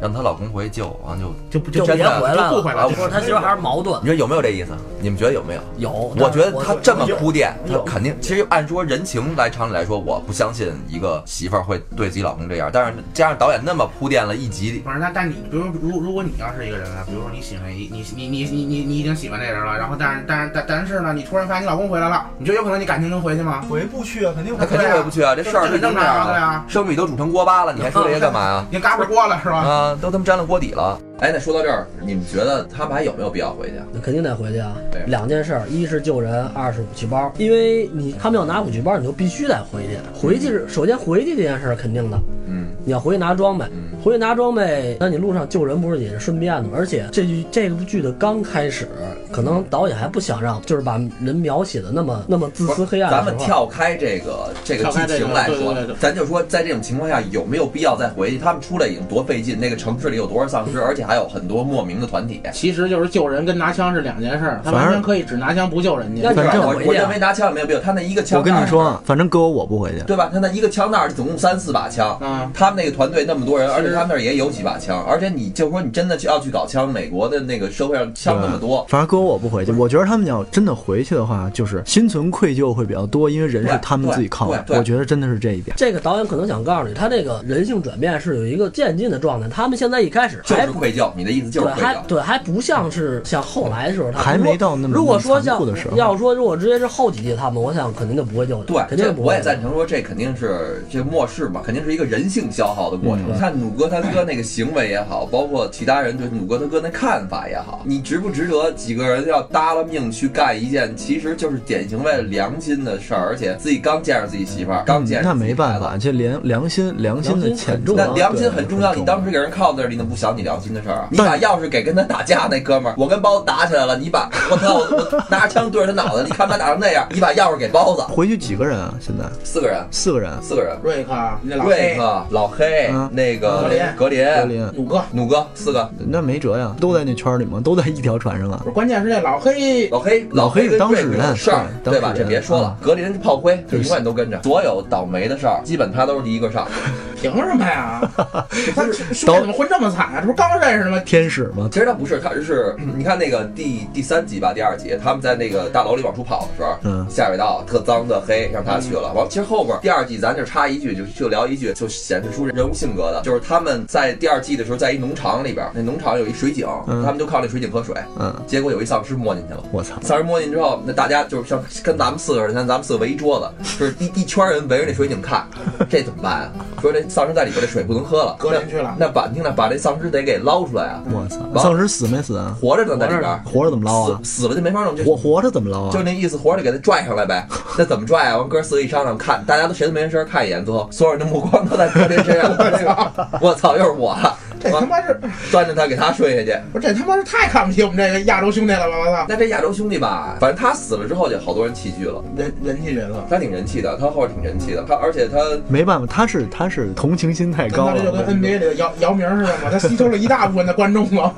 Speaker 1: 让她老公回去救，完了就
Speaker 5: 就不
Speaker 2: 就
Speaker 5: 就
Speaker 2: 别
Speaker 1: 真
Speaker 2: 回
Speaker 1: 的
Speaker 2: 来了，啊
Speaker 5: 就不回来了
Speaker 2: 不是他媳妇还是矛盾
Speaker 1: 你，说有没有这意思？啊你们觉得有没有？
Speaker 2: 有。
Speaker 1: 我
Speaker 2: 但
Speaker 1: 觉得
Speaker 2: 是
Speaker 1: 他这么
Speaker 6: 有
Speaker 1: 铺垫，他
Speaker 6: 有
Speaker 1: 肯定。其实按说人情来常理来说，我不相信一个媳妇儿会对自己老公这样，但是加上导演那么铺垫了一集，
Speaker 5: 不是，那但你比如，如如果你要是一个人啊，比如说你喜欢一你你你你你你已经喜欢这人了，然后但是但是但但是呢，你突然发现你老公回来了，你觉得有可能你感情能回去吗？
Speaker 6: 回不去啊，肯定
Speaker 1: 他
Speaker 6: 回
Speaker 1: 肯定回不去啊。这事儿
Speaker 5: 这很
Speaker 1: 就
Speaker 5: 正
Speaker 1: 这
Speaker 5: 常
Speaker 1: 样
Speaker 5: 啊，对
Speaker 1: 了，嗯
Speaker 5: 啊，
Speaker 1: 生米都煮成锅巴了，你还说这些干嘛啊呀？
Speaker 5: 你嘎巴锅了是吧？
Speaker 1: 啊，都他妈沾了锅底了。哎，那说到这儿，你们觉得他们还有没有必要回去啊？
Speaker 2: 那肯定得回去啊
Speaker 1: 对！
Speaker 2: 两件事儿，一是救人，二是武器包。因为你他们要拿武器包，你就必须得回去。回去是首先回去这件事儿肯定的，
Speaker 1: 嗯，
Speaker 2: 你要回去拿装备
Speaker 1: 嗯，
Speaker 2: 回去拿装备，那你路上救人不是也是顺便的吗？而且这剧这部剧的刚开始，可能导演还不想让，就是把人描写的那么那么自私黑暗的
Speaker 1: 咱
Speaker 2: 时候。
Speaker 1: 们跳开这个这个
Speaker 5: 跳
Speaker 1: 剧
Speaker 5: 开这个
Speaker 1: 情来
Speaker 5: 对对
Speaker 1: 说
Speaker 5: 对对，
Speaker 1: 咱就说在这种情况下有没有必要再回去？他们出来已经多费劲，那个城市里有多少丧
Speaker 5: 嗯
Speaker 1: 尸，而且还有很多莫名的团体。
Speaker 5: 其实就是救人跟拿枪是两件事儿，他
Speaker 3: 反
Speaker 5: 完
Speaker 3: 而
Speaker 5: 全可以只拿枪不救人家
Speaker 2: 那。
Speaker 1: 对
Speaker 2: 你让他
Speaker 1: 我
Speaker 2: 回
Speaker 1: 我
Speaker 2: 去啊
Speaker 1: 认为拿枪也没有必要，他那一个枪，
Speaker 3: 我跟你说，啊，反正搁我我不回去。
Speaker 1: 对吧？他那一个枪那儿总共三四把枪，
Speaker 5: 啊，
Speaker 1: 他们那个团队那么多人，
Speaker 5: 是
Speaker 1: 而且他们那儿也有几把枪，而且你就说你真的去要去搞枪，美国的那个社会上枪那么多，
Speaker 3: 反正搁我我不回去。我觉得他们要真的回去的话，就是心存愧疚会比较多，因为人是他们自己靠的。
Speaker 1: 对对对
Speaker 3: 我觉得真的是这一点。
Speaker 2: 这个导演可能想告诉你，他这个人性转变是有一个渐进的状态。他们现在一开始
Speaker 1: 就
Speaker 2: 还
Speaker 1: 是
Speaker 2: 不
Speaker 1: 愧疚。你的意思就是
Speaker 2: 对，
Speaker 1: 愧
Speaker 2: 还
Speaker 1: 疚。
Speaker 2: 对，还不像是像后来的时候，他
Speaker 3: 还
Speaker 2: 如果
Speaker 3: 没到那么
Speaker 2: 如果说
Speaker 3: 残
Speaker 2: 像
Speaker 3: 酷的时候
Speaker 2: 要说如果直接是后几季他们，我想肯定就不会救，
Speaker 1: 对，
Speaker 2: 肯定
Speaker 1: 这
Speaker 2: 就不会
Speaker 1: 我也
Speaker 2: 救
Speaker 1: 赞。成说，这肯定是这末世嘛，肯定是一个人性消耗的过程。
Speaker 3: 嗯
Speaker 1: 你看努哥他哥那个行为也好，包括其他人对努哥他哥那看法也好，你值不值得几个人要搭了命去干一件其实就是典型为了良心的事儿，而且自己刚见着自己媳妇儿，刚见着
Speaker 3: 嗯那
Speaker 1: 自己
Speaker 3: 没办
Speaker 1: 孩子
Speaker 3: 法，这良良心良心的
Speaker 2: 良心
Speaker 3: 谴
Speaker 2: 很
Speaker 3: 责
Speaker 2: 重，
Speaker 1: 那
Speaker 2: 要
Speaker 1: 良心很重要，
Speaker 3: 对
Speaker 1: 你当时给人靠那儿，你怎么不想你良心的事儿啊？你
Speaker 3: 但
Speaker 1: 把钥匙给跟他打架那哥们儿，我跟包子打起来了，你把我操，我我拿着枪对着他脑袋，你看他打成那样，你把钥匙给包子，
Speaker 3: 回去几个人啊？现在
Speaker 1: 四个人，
Speaker 3: 四个人。
Speaker 1: 四个人，
Speaker 5: 瑞克，那老
Speaker 1: 瑞
Speaker 5: 黑，
Speaker 1: 克、老黑
Speaker 3: 嗯、
Speaker 1: 那个格林、
Speaker 3: 格林，
Speaker 5: 五哥。
Speaker 1: 努哥，四个。
Speaker 3: 那没辙呀，都在那圈儿里嘛，都在一条船上啊
Speaker 5: 不。是，关键是这老黑
Speaker 1: 老黑，
Speaker 3: 老黑
Speaker 1: 黑
Speaker 3: 是
Speaker 1: 跟
Speaker 3: 当
Speaker 1: 瑞
Speaker 3: 事
Speaker 1: 克
Speaker 3: 人
Speaker 1: 有事儿，
Speaker 3: 对
Speaker 1: 对吧？
Speaker 3: 当事
Speaker 1: 这
Speaker 3: 人
Speaker 1: 别说了，格林是炮灰，他
Speaker 3: 对
Speaker 1: 永远都跟着。所有倒霉的事儿，基本他都是第一个上。
Speaker 5: 凭什么 呀？他兄弟怎么混这么惨啊？这不是刚认识的吗？
Speaker 3: 天使嘛，
Speaker 1: 其实他不是，他是 你看那个第第三集吧，第二集，他们在那个大楼里往出跑的时候，
Speaker 3: 嗯
Speaker 1: 下水道特脏特黑，让他去了。完，其实后边第二季咱就插一句，就就聊一句，就显示出人物性格的，就是他们在第二季的时候，在一农场里边，那农场有一水井，
Speaker 3: 嗯
Speaker 1: 他们就靠那水井喝水，
Speaker 3: 嗯，
Speaker 1: 结果有一丧尸摸进去了。
Speaker 3: 我操，
Speaker 1: 丧尸摸进去之后，那大家就是像跟咱们四个人，像咱们四个围一桌 子，就是一一圈人围着那水井看，这怎么办啊？说这丧尸在里边，这水不能喝了，
Speaker 5: 搁进去了
Speaker 1: 那那把听着，把这丧尸得给捞出来啊！
Speaker 3: 我操，
Speaker 1: 完
Speaker 3: 丧尸死没死啊？
Speaker 1: 活着呢，在里边儿，
Speaker 3: 活着怎么捞啊？
Speaker 1: 死死了就没法弄，就
Speaker 3: 活活着怎么捞
Speaker 1: 就
Speaker 3: 啊？
Speaker 1: 那意思，活着给他拽上来 呗。那怎么拽啊？完哥四个一商量，看 大家都谁都没人声，看一眼，最后所有人的目光都在哥这身上。我操，又是我了，
Speaker 5: 这他妈是，
Speaker 1: 攥着他给他睡下去。
Speaker 5: 不是这他妈是太看不起我们这个亚洲兄弟了吧！我操，
Speaker 1: 那这亚洲兄弟吧，反正他死了之后就好多人弃剧了，
Speaker 5: 人人气人啊了。
Speaker 1: 他挺人气的，他后来挺人气的，他而且他
Speaker 3: 没办法，他是他是同情心太高啊
Speaker 5: 那这就跟
Speaker 3: 了。
Speaker 5: NBA 里的姚姚明似的嘛，他吸收了一大部分的观众 嘛。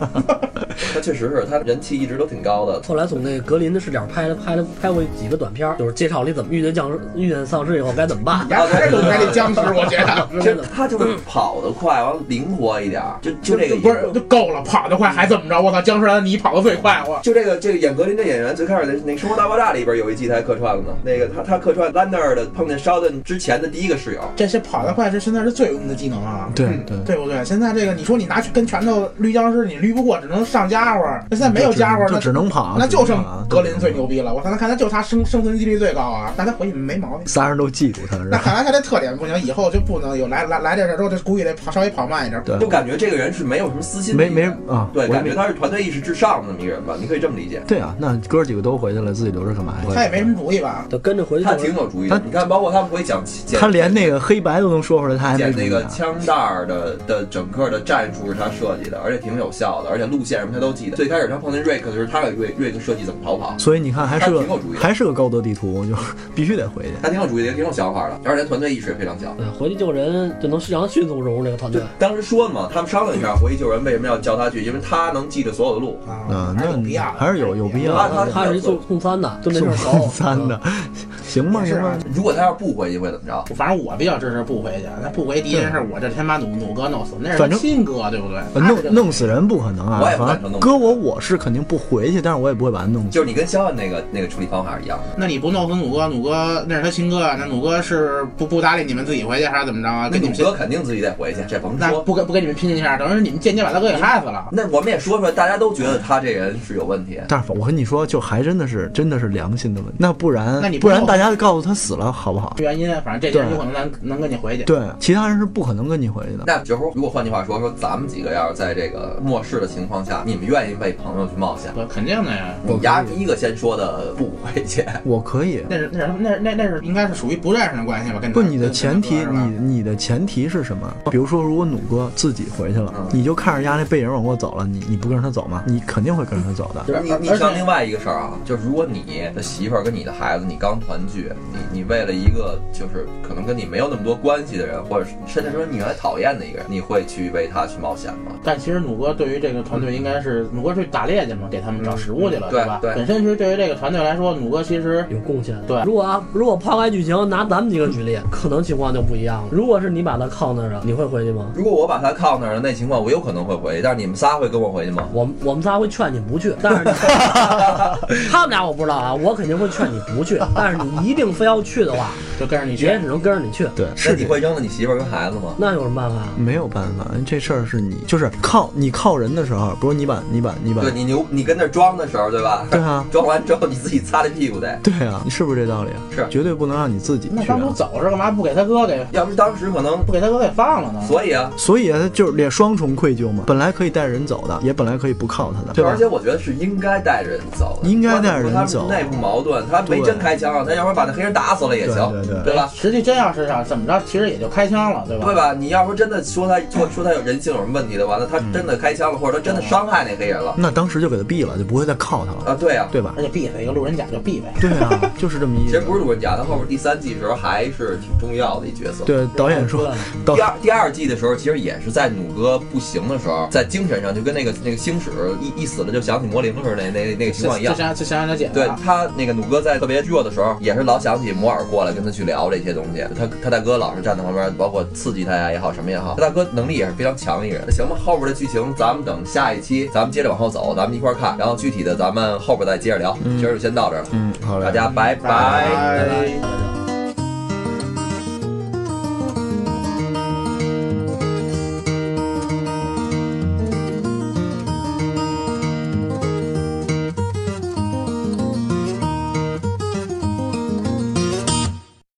Speaker 1: 他确实是他人气一直都挺高的。
Speaker 2: 后来从那个格林的视角拍了拍了拍过几个短片儿，就是介绍你怎么遇见僵尸、遇见丧尸以后该怎么办。
Speaker 5: 你还太懂拍这僵尸，我觉得。
Speaker 1: 其实他就是跑得快，完了灵活一点儿，就就这个
Speaker 5: 不 是就够了，跑得快还怎么着？我操，僵尸来了你跑得最快，我
Speaker 1: 就这个这个演格林这演员，最开始的那个《生活大爆炸》里边有一季他还客串了呢。那个他他客串兰德尔的碰见烧 n 之前的第一个室友，
Speaker 5: 这些跑得快是现在是最有用的技能啊。
Speaker 3: 对对，
Speaker 1: 嗯
Speaker 5: 对不对？现在这个，你说你拿去跟拳头捋僵尸，你捋不过，只能上家伙。那现在没有家伙，
Speaker 3: 嗯就
Speaker 5: 那
Speaker 3: 只能跑，啊
Speaker 5: 那就
Speaker 3: 只能
Speaker 5: 剩
Speaker 3: 跑
Speaker 5: 格林最。牛逼了。我操，那看他就他生生存几率最高啊，那他回去没毛病。
Speaker 3: 仨人都记住他，
Speaker 5: 那
Speaker 3: 然后
Speaker 5: 看来他这特点不行，以后就不能有来来来这事儿之后，这估计得跑稍微跑慢一点。
Speaker 3: 对
Speaker 1: 就感觉这个人是没有什么私心的
Speaker 3: 没
Speaker 1: 一个
Speaker 3: 没
Speaker 1: 人，
Speaker 3: 啊，
Speaker 1: 对，
Speaker 3: 我也
Speaker 1: 感
Speaker 3: 没
Speaker 1: 觉他是团队意识至上的那么一个人吧，你可以这么理解。
Speaker 3: 对啊，那哥几个都回去了，自己留着干嘛
Speaker 5: 他也
Speaker 3: 呀？
Speaker 5: 没什么主意吧？
Speaker 2: 就跟着回去
Speaker 1: 他
Speaker 2: 就是
Speaker 1: 挺有主意的，
Speaker 3: 他
Speaker 1: 你看，包括他们回去讲讲
Speaker 3: 他连那个黑白都能说出来，他还没
Speaker 1: 剪
Speaker 3: 主
Speaker 1: 那
Speaker 3: 意呢
Speaker 5: 啊
Speaker 1: 个枪弹儿的的整个的战术是他设计的，而且挺有效的，而且路线什么他都记得。最开始他碰见瑞克的时候，他给瑞瑞克设计怎么逃跑，
Speaker 3: 所以你看，还是
Speaker 1: 他挺有主意
Speaker 3: 个
Speaker 1: 的
Speaker 3: 还是个高德地图，就 必须得回去。
Speaker 1: 他挺有主意的，也挺有想法的，而且他团队意识也非常强。
Speaker 2: 对，回去救人就能让他迅速融入这个团
Speaker 1: 就
Speaker 2: 队。
Speaker 1: 当时说嘛，他们商量一下，回去救人为什么要叫他去？因为他能记得所有的路。
Speaker 5: 啊
Speaker 3: 嗯，，
Speaker 5: 还
Speaker 3: 那
Speaker 5: 是有必
Speaker 3: 你
Speaker 5: 要的，
Speaker 3: 还是有有必要
Speaker 1: 他
Speaker 3: 的
Speaker 1: 他
Speaker 2: 他是一送送餐的，就那事儿熟。
Speaker 3: 送餐的，
Speaker 1: 嗯
Speaker 3: 行吧
Speaker 5: 也是
Speaker 3: 行
Speaker 5: 啊
Speaker 3: 吧。
Speaker 1: 如果他要不回去会怎么着？
Speaker 5: 反正我比较支持不回去，那不回第一件事，我这他妈努努哥弄死，那是他
Speaker 3: 反正
Speaker 5: 亲哥，对不对？
Speaker 3: 呃
Speaker 5: 他这个
Speaker 3: 弄弄死人不可能啊
Speaker 1: 我也！不敢
Speaker 3: 反
Speaker 1: 说弄
Speaker 3: 正搁我我是肯定不回去，但是我也不会把他弄死。
Speaker 1: 就是你跟肖恩那个那个处理方法是一样的。
Speaker 5: 那你不弄死努哥，努哥那是他亲哥，那努哥是不不搭理你们自己回去还是怎么着啊？
Speaker 1: 那
Speaker 5: 跟你
Speaker 1: 鲁
Speaker 5: 们拼
Speaker 1: 哥肯定自己得回去，这甭
Speaker 5: 那
Speaker 1: 说。
Speaker 5: 不跟不跟你们拼一下，等于你们间接把他哥给害死了。
Speaker 1: 那我们也说出来，大家都觉得他这人是有问题。
Speaker 3: 但是我跟你说，就还真的是真的是良心的问题。那不然，
Speaker 5: 那你不
Speaker 3: 不然
Speaker 5: 弄
Speaker 3: 大家就告诉他死了，好不好？
Speaker 5: 原因反正这件事
Speaker 3: 对
Speaker 5: 有可能能能跟你回去。
Speaker 3: 对，其他人是不可能跟你回去的。
Speaker 1: 那这时候，如果换句话说，说咱们几个要是在这个末世的情况下，你们愿意为朋友去冒险？
Speaker 5: 对，呃肯定的呀。
Speaker 1: 你丫第一个先说的不回去，
Speaker 3: 我可以，
Speaker 5: 那是那是那那那是应该是属于不认识的关系吧？跟
Speaker 3: 不，你的
Speaker 5: 跟
Speaker 3: 前提，
Speaker 5: 跟跟哥是吧
Speaker 3: 你你的前提是什么？比如说，如果努哥自己回去
Speaker 1: 嗯
Speaker 3: 了，你就看着丫那背影往过走了，你你不跟着他走吗？你肯定会跟着他走的。
Speaker 1: 你你像另外一个事儿啊，就是如果你的媳妇儿跟你的孩子，你刚团聚，你你为了一个就是可能跟你没有那么多关系的人，或者是甚至说你原来讨厌的一个人，你会去为他去冒险吗？
Speaker 5: 但其实努哥对于这个团队应该是努哥去打猎去嘛，给他们
Speaker 3: 嗯
Speaker 5: 找食物去了，
Speaker 1: 对
Speaker 5: 吧？
Speaker 1: 嗯对
Speaker 5: 本身其实对于这个团队来说，努哥其实
Speaker 2: 嗯有贡献。
Speaker 5: 对
Speaker 2: 如果啊，如果抛开剧情，拿咱们几个举例，可能情况就不一样了。如果是你把他铐那儿了，你会回去吗？
Speaker 1: 如果我把他靠那儿了，那情况我有可能会回去，但是你们仨会跟我回去吗？
Speaker 2: 我们我们仨会劝你不去，但是你他们俩我不知道啊，我肯定会劝你不去。但是你一定非要去的话，
Speaker 5: 就跟着你
Speaker 2: 别人
Speaker 5: 学
Speaker 2: 只能跟着你去，
Speaker 3: 对，
Speaker 1: 那
Speaker 3: 是
Speaker 1: 你
Speaker 3: 这样
Speaker 1: 会扔了你媳妇儿跟孩子吗？
Speaker 2: 那有什么办法啊？
Speaker 3: 没有办法，这事儿是你就是靠你靠人的时候，不是你把你把你把
Speaker 1: 对你牛，你跟那儿装的时候，对吧？
Speaker 3: 对啊
Speaker 1: 装完之后你自己擦的屁股得。
Speaker 3: 对啊，你是不是这道理？
Speaker 1: 是
Speaker 3: 绝对不能让你自己
Speaker 5: 那
Speaker 3: 去
Speaker 5: 当初
Speaker 3: 啊。
Speaker 5: 走是干嘛不给他哥给
Speaker 1: 要不当时可能，
Speaker 5: 不给他哥给放了呢？
Speaker 1: 所以啊，
Speaker 3: 所以啊就是也双重愧疚嘛，本来可以带着人走的，也本来可以不靠他的，对
Speaker 1: 对，
Speaker 3: 吧
Speaker 1: 而？且我觉得是应该带着人走的，
Speaker 3: 应该带着人
Speaker 1: 他
Speaker 3: 走
Speaker 1: 内部矛盾，他没
Speaker 3: 对
Speaker 1: 真开枪，啊他要不然把那黑人打死了也行，
Speaker 3: 对对对
Speaker 1: 吧？
Speaker 5: 哎实际真要是想怎么着，其实也就开枪了，对吧？
Speaker 1: 对吧？你要说真的说他说说他有人性有什么问题的，完了他真的开
Speaker 3: 嗯
Speaker 1: 枪了，或者他真的伤害那黑人了
Speaker 3: 那当时就给他毙了，就不会再靠他了，
Speaker 1: 啊？对啊，
Speaker 3: 对吧
Speaker 5: 而？且避讳一个路人甲就避呗。
Speaker 3: 对啊，就是这么意
Speaker 1: 其实。
Speaker 3: 思
Speaker 1: 不是路人甲，他后面第三季的时候还是挺重要的一角色。
Speaker 3: 对，导演说，导
Speaker 1: 第二第二季的时候，其实也是在弩哥不行的时候，在精神上就跟那个那个星矢一一死了就想起魔灵似的那那那个情况一
Speaker 5: 就
Speaker 1: 样。
Speaker 5: 想就想让他姐
Speaker 1: 对
Speaker 5: 了。
Speaker 1: 他那个弩哥在特别弱的时候，也是老想起摩尔过来跟他去聊这些东西。他他大哥老是站在旁边，包括刺激他呀也好，什么也好。他大哥能力也是非常强的一个人。那行吧，后边的剧情咱们等下一期，咱们接着往后走，咱们一块儿看，然后嗯具体的咱们后边再接着聊。今儿就先到这儿了，
Speaker 3: 嗯，好嘞，
Speaker 1: 大家拜
Speaker 5: 拜
Speaker 1: 拜
Speaker 5: 拜
Speaker 2: 拜拜